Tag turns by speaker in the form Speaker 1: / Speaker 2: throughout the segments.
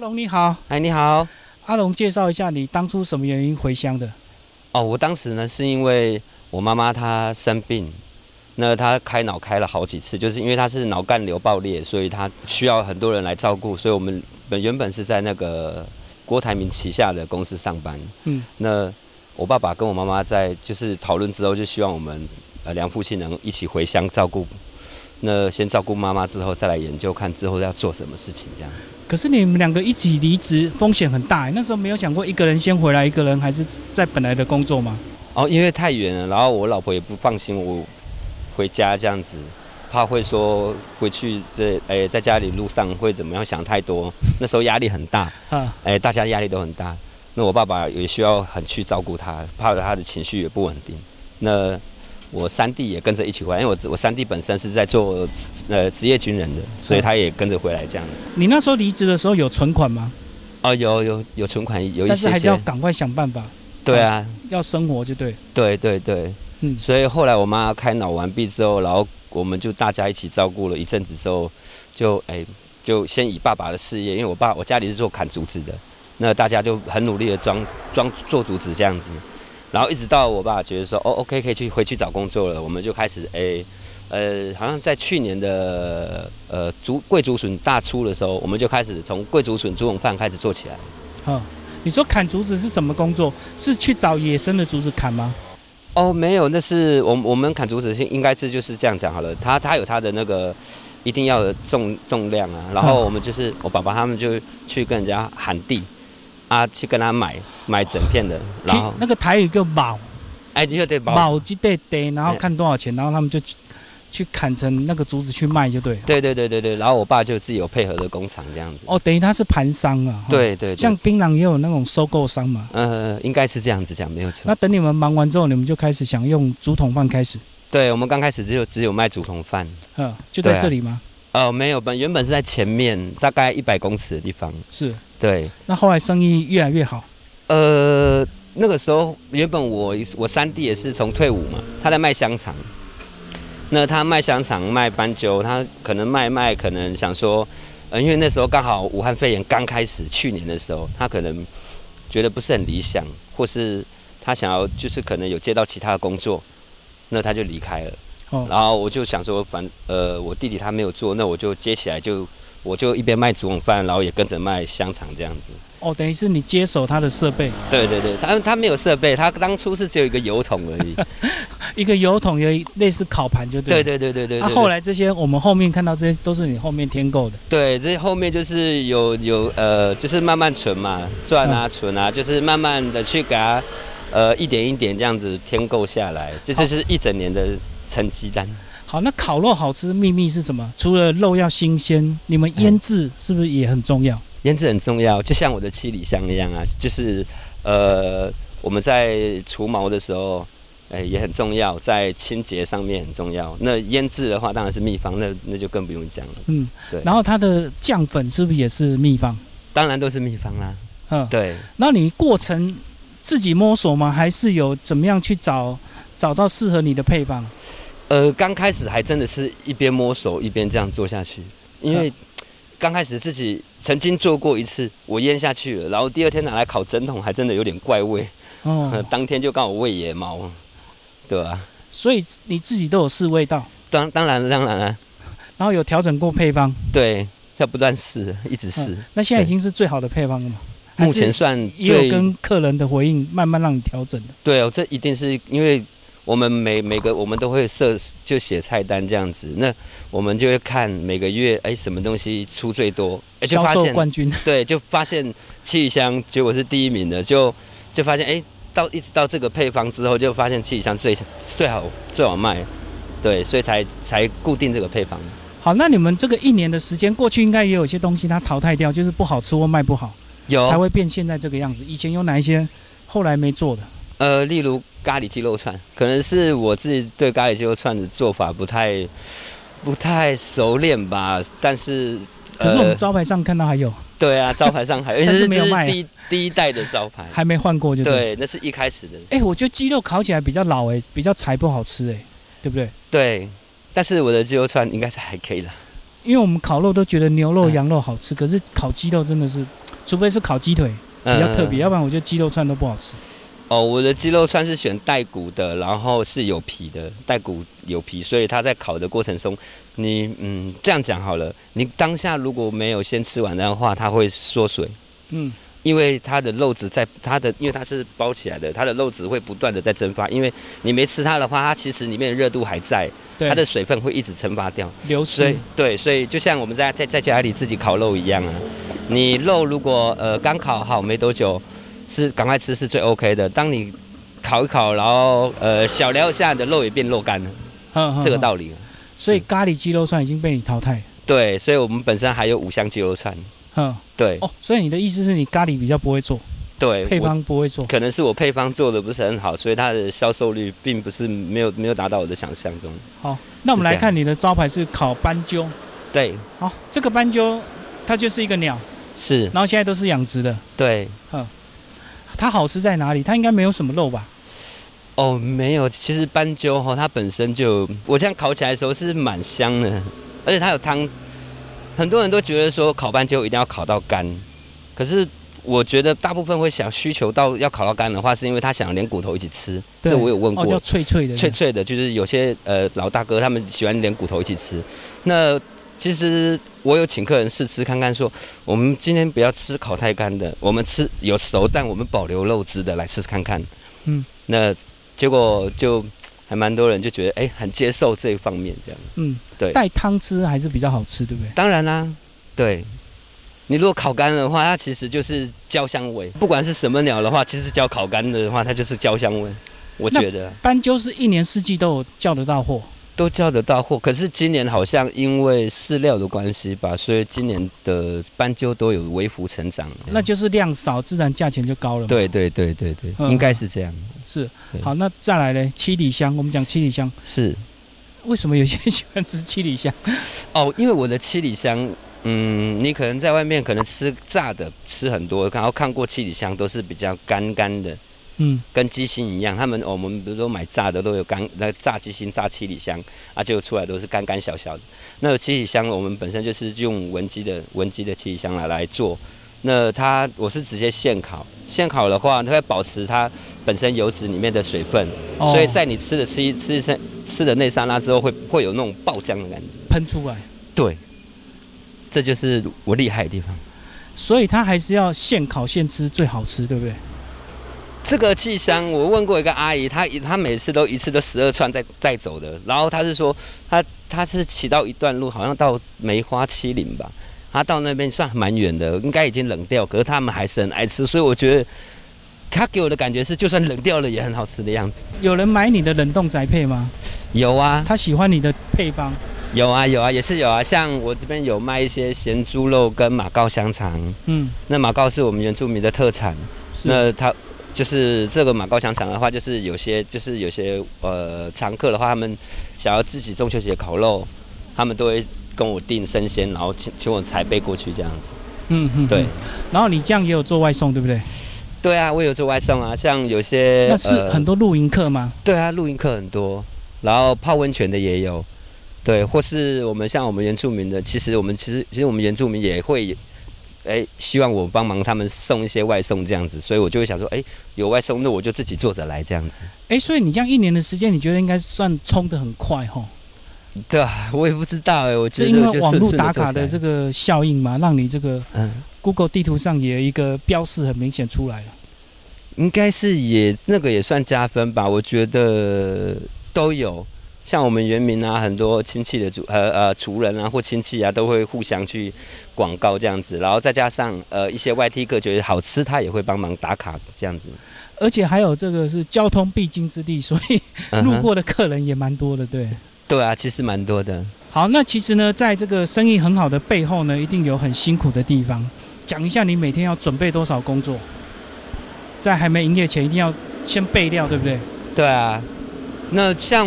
Speaker 1: 阿龙你好，
Speaker 2: 哎，你好。
Speaker 1: 阿龙介绍一下你当初什么原因回乡的？
Speaker 2: 哦，我当时呢是因为我妈妈她生病，那她开脑开了好几次，就是因为她是脑干瘤爆裂，所以她需要很多人来照顾，所以我们本原本是在那个郭台铭旗下的公司上班。
Speaker 1: 嗯，
Speaker 2: 那我爸爸跟我妈妈在就是讨论之后，就希望我们呃两夫妻能一起回乡照顾。那先照顾妈妈之后，再来研究看之后要做什么事情，这样。
Speaker 1: 可是你们两个一起离职，风险很大欸。那时候没有想过一个人先回来，一个人还是在本来的工作吗？
Speaker 2: 哦，因为太远了，然后我老婆也不放心我回家这样子，怕会说回去这诶、在家里路上会怎么样，想太多。那时候压力很大，
Speaker 1: 啊，
Speaker 2: 诶、大家压力都很大。那我爸爸也需要很去照顾他，怕他的情绪也不稳定。那我三弟也跟着一起回来，因为我我三弟本身是在做呃职业军人的，所以他也跟着回来这样。
Speaker 1: 你那时候离职的时候有存款吗？
Speaker 2: 哦，有有有存款，有一些
Speaker 1: 但是还是要
Speaker 2: 些
Speaker 1: 赶快想办法，
Speaker 2: 对啊，
Speaker 1: 要生活就对。
Speaker 2: 对对对，
Speaker 1: 嗯
Speaker 2: 所以后来我妈开脑完毕之后，然后我们就大家一起照顾了一阵子之后，就哎就先以爸爸的事业，因为我爸我家里是做砍竹子的，那大家就很努力的装 装做竹子这样子，然后一直到我爸觉得说哦 OK 可以去回去找工作了，我们就开始哎。呃，好像在去年的呃竹贵竹笋大出的时候，我们就开始从贵竹笋猪笼饭开始做起来。
Speaker 1: 啊，你说砍竹子是什么工作？是去找野生的竹子砍吗？
Speaker 2: 哦，没有，那是我们我们砍竹子是应该是就是这样讲好了，它它有它的那个一定要的重重量啊，然后
Speaker 1: 嗯
Speaker 2: 我们就是我爸爸他们就去跟人家喊地啊，去跟他买买整片的，然后
Speaker 1: 那个台语叫卯
Speaker 2: 哎，你就得把
Speaker 1: 卯鸡对对，然后
Speaker 2: 哎
Speaker 1: 看多少钱，然后他们就去去砍成那个竹子去卖就对。
Speaker 2: 对对对对对，然后我爸就自己有配合的工厂这样子，
Speaker 1: 哦，等于他是盘商啊。哈，
Speaker 2: 对对对，
Speaker 1: 像槟榔也有那种收购商嘛。
Speaker 2: 呃应该是这样子讲没有错
Speaker 1: 那，等你们忙完之后，你们就开始想用竹筒饭开始，
Speaker 2: 对我们刚开始只有只有卖竹筒饭。
Speaker 1: 嗯，就在
Speaker 2: 对啊
Speaker 1: 这里吗？
Speaker 2: 哦，没有，本原本是在前面大概一百公尺的地方，
Speaker 1: 是。
Speaker 2: 对，啊
Speaker 1: 那后来生意越来越好，
Speaker 2: 呃，那个时候原本我我三弟也是从退伍嘛，他在卖香肠。那他卖香肠卖斑鸠，他可能卖卖，可能想说，呃，因为那时候刚好武汉肺炎刚开始，去年的时候，他可能觉得不是很理想，或是他想要就是可能有接到其他的工作，那他就离开了。
Speaker 1: 哦，
Speaker 2: 然后我就想说，反呃，我弟弟他没有做，那我就接起来就，我就一边卖竹筒饭，然后也跟着卖香肠这样子。
Speaker 1: 哦，等于是你接手他的设备，
Speaker 2: 对对对，他他没有设备，他当初是只有一个油桶而已。
Speaker 1: 一个油桶有类似烤盘就 对
Speaker 2: 对
Speaker 1: 了。
Speaker 2: 对对对对。
Speaker 1: 那、
Speaker 2: 对
Speaker 1: 后来这些我们后面看到这些都是你后面添购的，
Speaker 2: 对这后面就是有有呃，就是慢慢存嘛，赚
Speaker 1: 嗯
Speaker 2: 啊存啊，就是慢慢的去给它呃一点一点这样子添购下来，这
Speaker 1: 好
Speaker 2: 就是一整年的成绩单。
Speaker 1: 好，那烤肉好吃秘密是什么？除了肉要新鲜，你们腌制是不是也很重要？
Speaker 2: 腌制很重要，就像我的七里香一样啊，就是呃我们在除毛的时候。哎，也很重要，在清洁上面很重要。那腌制的话，当然是秘方，那那就更不用讲了。
Speaker 1: 嗯
Speaker 2: 对，
Speaker 1: 然后它的酱粉是不是也是秘方？
Speaker 2: 当然都是秘方啦。
Speaker 1: 嗯，
Speaker 2: 对，
Speaker 1: 那你过程自己摸索吗？还是有怎么样去找找到适合你的配方？
Speaker 2: 呃，刚开始还真的是一边摸索一边这样做下去，因
Speaker 1: 嗯
Speaker 2: 为刚开始自己曾经做过一次，我腌下去了，然后第二天拿来烤整桶，还真的有点怪味，呃
Speaker 1: 哦，
Speaker 2: 当天就刚好喂野猫，对吧、
Speaker 1: 所以你自己都有试味道，
Speaker 2: 当当然当然啊，
Speaker 1: 然后有调整过配方。哦
Speaker 2: 对，要不断试，一直试，
Speaker 1: 那现在已
Speaker 2: 对
Speaker 1: 经是最好的配方了嘛？嗯还
Speaker 2: 目
Speaker 1: 是
Speaker 2: 前算
Speaker 1: 也有
Speaker 2: 最
Speaker 1: 跟客人的回应慢慢让你调整的。
Speaker 2: 对哦，这一定是因为我们每每个我们都会设就写菜单这样子，那我们就会看每个月哎什么东西出最多，哎就
Speaker 1: 销
Speaker 2: 发
Speaker 1: 售
Speaker 2: 现
Speaker 1: 冠军，
Speaker 2: 对，就发现七里香结果是第一名的，就就发现哎、到一直到这个配方之后，就发现七里香最最好最好卖，对，所以才才固定这个配方。
Speaker 1: 好，那你们这个一年的时间过去，应该也有一些东西它淘汰掉，就是不好吃或卖不好，
Speaker 2: 有
Speaker 1: 才会变现在这个样子。以前有哪一些后来没做的？
Speaker 2: 呃，例如咖喱鸡肉串，可能是我自己对咖喱鸡肉串的做法不太不太熟练吧，但是呃
Speaker 1: 可是我们招牌上看到还有，
Speaker 2: 对啊，招牌上还
Speaker 1: 但是没有卖
Speaker 2: 这是第一第一代的招牌，
Speaker 1: 还没换过就对。
Speaker 2: 对，那是一开始的，
Speaker 1: 哎、我觉得鸡肉烤起来比较老哎、比较柴不好吃哎、对不对？
Speaker 2: 对，但是我的鸡肉串应该是还可以啦。
Speaker 1: 因为我们烤肉都觉得牛肉、
Speaker 2: 嗯
Speaker 1: 羊肉好吃，可是烤鸡肉真的是除非是烤鸡腿
Speaker 2: 嗯
Speaker 1: 比较特别，要不然我觉得鸡肉串都不好吃。
Speaker 2: 哦，我的鸡肉串是选带骨的，然后是有皮的，带骨有皮，所以它在烤的过程中，你嗯这样讲好了，你当下如果没有先吃完的话，它会缩水，
Speaker 1: 嗯，
Speaker 2: 因为它的肉质在它的，因为它是包起来的，它的肉质会不断的在蒸发，因为你没吃它的话，它其实里面的热度还在，
Speaker 1: 对，
Speaker 2: 它的水分会一直蒸发掉。
Speaker 1: 流
Speaker 2: 所
Speaker 1: 失
Speaker 2: 以，对，所以就像我们在在在家里自己烤肉一样啊，你肉如果呃刚烤好没多久，是赶快吃是最 OK 的。当你烤一烤，然后呃小聊一下，你的肉也变肉干了，这个
Speaker 1: 理。
Speaker 2: 道理。
Speaker 1: 所以咖喱鸡肉串已经被你淘汰了。
Speaker 2: 对，所以我们本身还有五香鸡肉串，
Speaker 1: 嗯，
Speaker 2: 对、
Speaker 1: 哦，所以你的意思是你咖喱比较不会做，
Speaker 2: 对，
Speaker 1: 配
Speaker 2: 我
Speaker 1: 方不会做。
Speaker 2: 可能是我配方做的不是很好，所以它的销售率并不是没有没有达到我的想象中。
Speaker 1: 好，那我们
Speaker 2: 是这样
Speaker 1: 来看你的招牌是烤斑鸠。
Speaker 2: 对，
Speaker 1: 好，这个斑鸠它就是一个鸟，
Speaker 2: 是，
Speaker 1: 然后现在都是养殖的。
Speaker 2: 对。
Speaker 1: 它好吃在哪里？它应该没有什么肉吧？
Speaker 2: 哦，没有，其实斑鸠哈，它本身就我这样烤起来的时候是蛮香的，而且它有汤。很多人都觉得说烤斑鸠一定要烤到干，可是我觉得大部分会想需求到要烤到干的话，是因为他想连骨头一起吃。
Speaker 1: 对
Speaker 2: 这我有问过，
Speaker 1: 哦，叫脆脆的。
Speaker 2: 脆脆的，就是有些呃老大哥他们喜欢连骨头一起吃。那其实我有请客人试吃看看说我们今天不要吃烤太干的，我们吃有熟但我们保留肉汁的来试试看看。
Speaker 1: 嗯，
Speaker 2: 那结果就还蛮多人就觉得哎、很接受这一方面这样。
Speaker 1: 嗯，
Speaker 2: 对
Speaker 1: 带汤汁还是比较好吃，对不对？
Speaker 2: 当然啦、对。你如果烤干的话，它其实就是焦香味。不管是什么鸟的话，其实只要烤干的话，它就是焦香味。我
Speaker 1: 那
Speaker 2: 觉得。
Speaker 1: 斑鸠是一年四季都有叫得到货。
Speaker 2: 都叫得到货，可是今年好像因为饲料的关系吧，所以今年的斑鸠都有微幅成长。
Speaker 1: 那就是量少，自然价钱就高了嘛。
Speaker 2: 嗯对对对对对，
Speaker 1: 嗯
Speaker 2: 应该是这样。
Speaker 1: 是
Speaker 2: 对。
Speaker 1: 好，那再来嘞，七里香，我们讲七里香，
Speaker 2: 是
Speaker 1: 为什么有些 人喜欢吃七里香？
Speaker 2: 哦，因为我的七里香，嗯，你可能在外面可能吃炸的吃很多，然后看过七里香都是比较干干的，
Speaker 1: 嗯，
Speaker 2: 跟鸡心一样。他们、哦我们比如说买炸的都有干，那炸鸡心、炸七里香啊，结果出来都是干干小小的。那七里香我们本身就是用文鸡的文鸡的七里香来来做。那它我是直接现烤，现烤的话，它会保持它本身油脂里面的水分，
Speaker 1: 哦
Speaker 2: 所以在你吃的吃一吃一吃吃的那刹那之后会，会有那种爆浆的感觉。
Speaker 1: 喷出来，
Speaker 2: 对，这就是我厉害的地方。
Speaker 1: 所以它还是要现烤现吃最好吃，对不对？
Speaker 2: 这个气箱，我问过一个阿姨，她她每次都一次都十二串带带走的，然后她是说她她是骑到一段路，好像到梅花七岭吧，她到那边算蛮远的，应该已经冷掉，可是他们还是很爱吃，所以我觉得她给我的感觉是，就算冷掉了也很好吃的样子。
Speaker 1: 有人买你的冷冻宅配吗？
Speaker 2: 有啊，
Speaker 1: 他喜欢你的配方，
Speaker 2: 有啊，有啊，也是有啊，像我这边有卖一些咸猪肉跟马告香肠，
Speaker 1: 嗯，
Speaker 2: 那马告是我们原住民的特产。
Speaker 1: 是
Speaker 2: 那它就是这个马高香肠的话，就是有些就是有些呃常客的话，他们想要自己中秋节烤肉，他们都会跟我订生鲜，然后请请我采备过去这样子。
Speaker 1: 嗯嗯
Speaker 2: 对、
Speaker 1: 嗯然后你这样也有做外送，对不对？
Speaker 2: 对啊，我有做外送啊，像有些
Speaker 1: 那是
Speaker 2: 呃
Speaker 1: 很多露营客吗？
Speaker 2: 对啊，露营客很多，然后泡温泉的也有，对，或是我们像我们原住民的，其实我们其实其实我们原住民也会，哎，希望我帮忙他们送一些外送这样子，所以我就会想说，哎，有外送，那我就自己做着来这样子。
Speaker 1: 哎，所以你这样一年的时间，你觉得应该算冲得很快吼？
Speaker 2: 对啊，我也不知道哎，我觉
Speaker 1: 是
Speaker 2: 得
Speaker 1: 因
Speaker 2: 我就
Speaker 1: 为网
Speaker 2: 顺
Speaker 1: 络
Speaker 2: 顺地
Speaker 1: 打
Speaker 2: 做
Speaker 1: 卡
Speaker 2: 起
Speaker 1: 的
Speaker 2: 来
Speaker 1: 这个效应嘛，让你这个
Speaker 2: 嗯，
Speaker 1: Google 地图上也有一个标示很明显出来了。
Speaker 2: 应该是也那个也算加分吧，我觉得都有。像我们原民啊，很多亲戚的族呃呃族人啊或亲戚啊，都会互相去广告这样子，然后再加上呃一些外地客觉得好吃，他也会帮忙打卡这样子。
Speaker 1: 而且还有这个是交通必经之地，所以
Speaker 2: 嗯哼
Speaker 1: 路过的客人也蛮多的，对。
Speaker 2: 对啊，其实蛮多的。
Speaker 1: 好，那其实呢，在这个生意很好的背后呢，一定有很辛苦的地方。讲一下你每天要准备多少工作，在还没营业前一定要先备料，对不对？
Speaker 2: 对啊，那像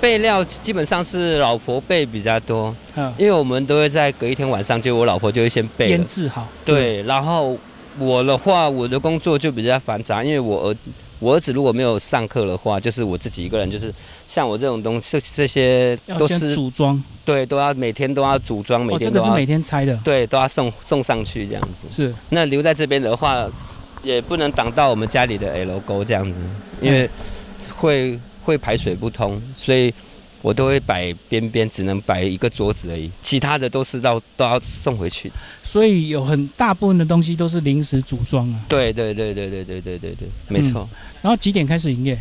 Speaker 2: 备料基本上是老婆备比较多，
Speaker 1: 嗯，
Speaker 2: 因为我们都会在隔一天晚上，就我老婆就会先备了
Speaker 1: 腌。制好。
Speaker 2: 对，然后我的话，我的工作就比较繁杂，因为我儿我儿子如果没有上课的话，就是我自己一个人，就是像我这种东西，哦这些
Speaker 1: 要
Speaker 2: 都
Speaker 1: 先
Speaker 2: 是
Speaker 1: 组装，
Speaker 2: 对，都要每天都要组装，每
Speaker 1: 哦，这
Speaker 2: 天
Speaker 1: 个
Speaker 2: 都
Speaker 1: 是
Speaker 2: 要、嗯
Speaker 1: 每天拆的，
Speaker 2: 对，都要送送上去这样子。
Speaker 1: 是
Speaker 2: 那留在这边的话，也不能挡到我们家里的 L 沟这样子，因为会会排水不通，所以我都会摆边边，只能摆一个桌子而已，其他的都是到都要送回去。
Speaker 1: 所以有很大部分的东西都是临时组装啊。
Speaker 2: 对对对对对对对对对，没错。
Speaker 1: 然后几点开始营业？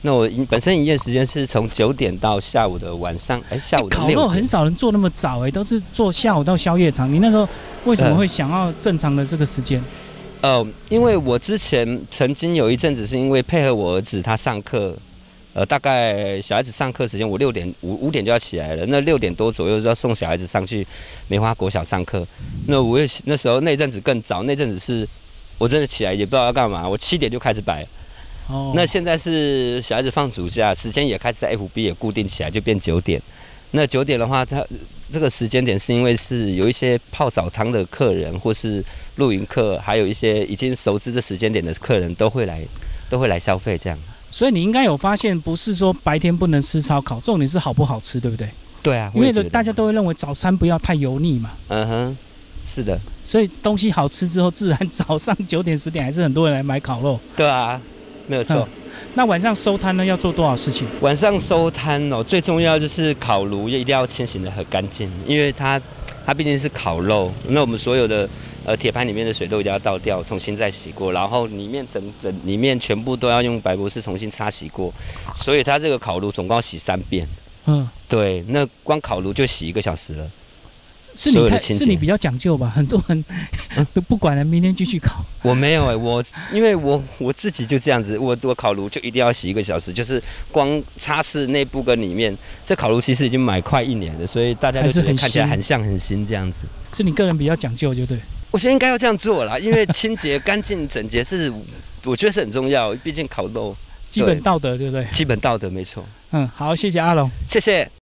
Speaker 2: 那我营本身营业时间是从九点到下午的晚上，哎，下午的
Speaker 1: 烤
Speaker 2: 六
Speaker 1: 肉
Speaker 2: 点
Speaker 1: 很少人做那么早哎、都是做下午到宵夜场。你那时候为什么
Speaker 2: 嗯
Speaker 1: 会想要正常的这个时间？
Speaker 2: 呃，因为我之前曾经有一阵子是因为配合我儿子他上课，呃，大概小孩子上课时间我六点五五点就要起来了，那六点多左右就要送小孩子上去梅花国小上课。那我也那时候那阵子更早，那阵子是我真的起来也不知道要干嘛，我七点就开始摆。
Speaker 1: 哦，
Speaker 2: 那现在是小孩子放暑假，时间也开始在 FB 也固定起来，就变九点。那九点的话，他这个时间点是因为是有一些泡澡堂的客人，或是露营客，还有一些已经熟知的时间点的客人都会来，都会来消费这样。
Speaker 1: 所以你应该有发现，不是说白天不能吃烧烤，重点是好不好吃，对不对？
Speaker 2: 对啊，
Speaker 1: 因
Speaker 2: 我
Speaker 1: 为
Speaker 2: 也觉得
Speaker 1: 大家都会认为早餐不要太油腻嘛，
Speaker 2: 嗯哼，是的，
Speaker 1: 所以东西好吃之后，自然早上九点十点还是很多人来买烤肉。
Speaker 2: 对啊，没有错
Speaker 1: 嗯。那晚上收摊呢，要做多少事情？
Speaker 2: 晚上收摊哦，最重要就是烤炉一定要清洗的很干净，因为它它毕竟是烤肉，那我们所有的呃铁盘里面的水都一定要倒掉，重新再洗过，然后里面整整里面全部都要用白博士重新擦洗过，所以它这个烤炉总共要洗三遍。
Speaker 1: 嗯，
Speaker 2: 对，那光烤炉就洗一个小时了。
Speaker 1: 是
Speaker 2: 所有
Speaker 1: 你
Speaker 2: 的
Speaker 1: 太
Speaker 2: 清洁嗯
Speaker 1: 是你比较讲究吧，很多人都 不管了，明天继续烤。
Speaker 2: 我没有哎、我因为我我自己就这样子，我我烤炉就一定要洗一个小时，就是光擦拭内部跟里面。这烤炉其实已经买快一年了，所以大家
Speaker 1: 还
Speaker 2: 都
Speaker 1: 是
Speaker 2: 觉得
Speaker 1: 很
Speaker 2: 看起来
Speaker 1: 新
Speaker 2: 很像很新这样子。
Speaker 1: 是你个人比较讲究，就对。
Speaker 2: 我觉得应该要这样做啦，因为清洁、干净、整洁是我觉得是很重要，毕竟烤肉
Speaker 1: 基本道德，对不对？
Speaker 2: 基本道德没错。
Speaker 1: 嗯，好，谢谢阿龙。
Speaker 2: 谢谢。